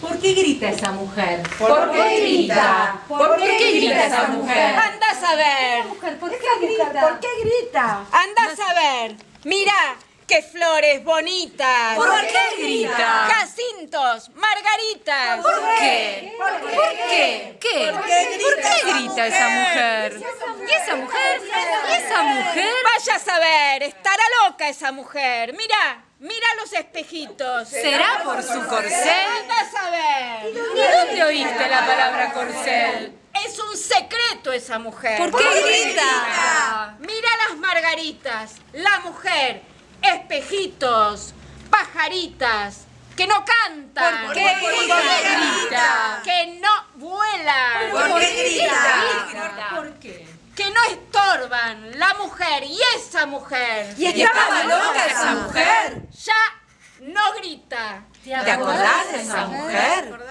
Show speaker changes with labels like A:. A: ¿Por qué grita esa mujer?
B: ¿Por qué grita?
A: ¿Por qué grita esa mujer?
C: Anda a saber,
A: Mujer, ¿por qué
B: Esa mujer,
A: grita?
B: ¿Por qué grita?
C: anda a saber. Mira, qué flores bonitas.
A: ¿Por qué grita?
C: Jacintos, margaritas.
A: qué?
B: ¿Por qué?
A: ¿Qué? ¿Qué? ¿Por qué grita esa mujer? ¿Y esa mujer? ¿Y esa mujer?
C: Vaya a saber, estará loca esa mujer. Mira, mira los espejitos.
A: ¿Será por su corcel?
C: Anda a saber.
A: ¿Y dónde oíste la palabra corcel?
C: Es un secreto esa mujer.
A: ¿Por qué grita?
C: Mira las margaritas, la mujer, espejitos, pajaritas, que no cantan.
A: ¿Por qué grita?
C: Que no vuelan.
A: ¿Por qué
C: grita?
A: grita? ¿Por qué?
C: Que no estorban. La mujer y esa mujer
A: ¿Y estaba loca esa mujer?
C: ya no grita.
A: ¿Te acordás de esa mujer?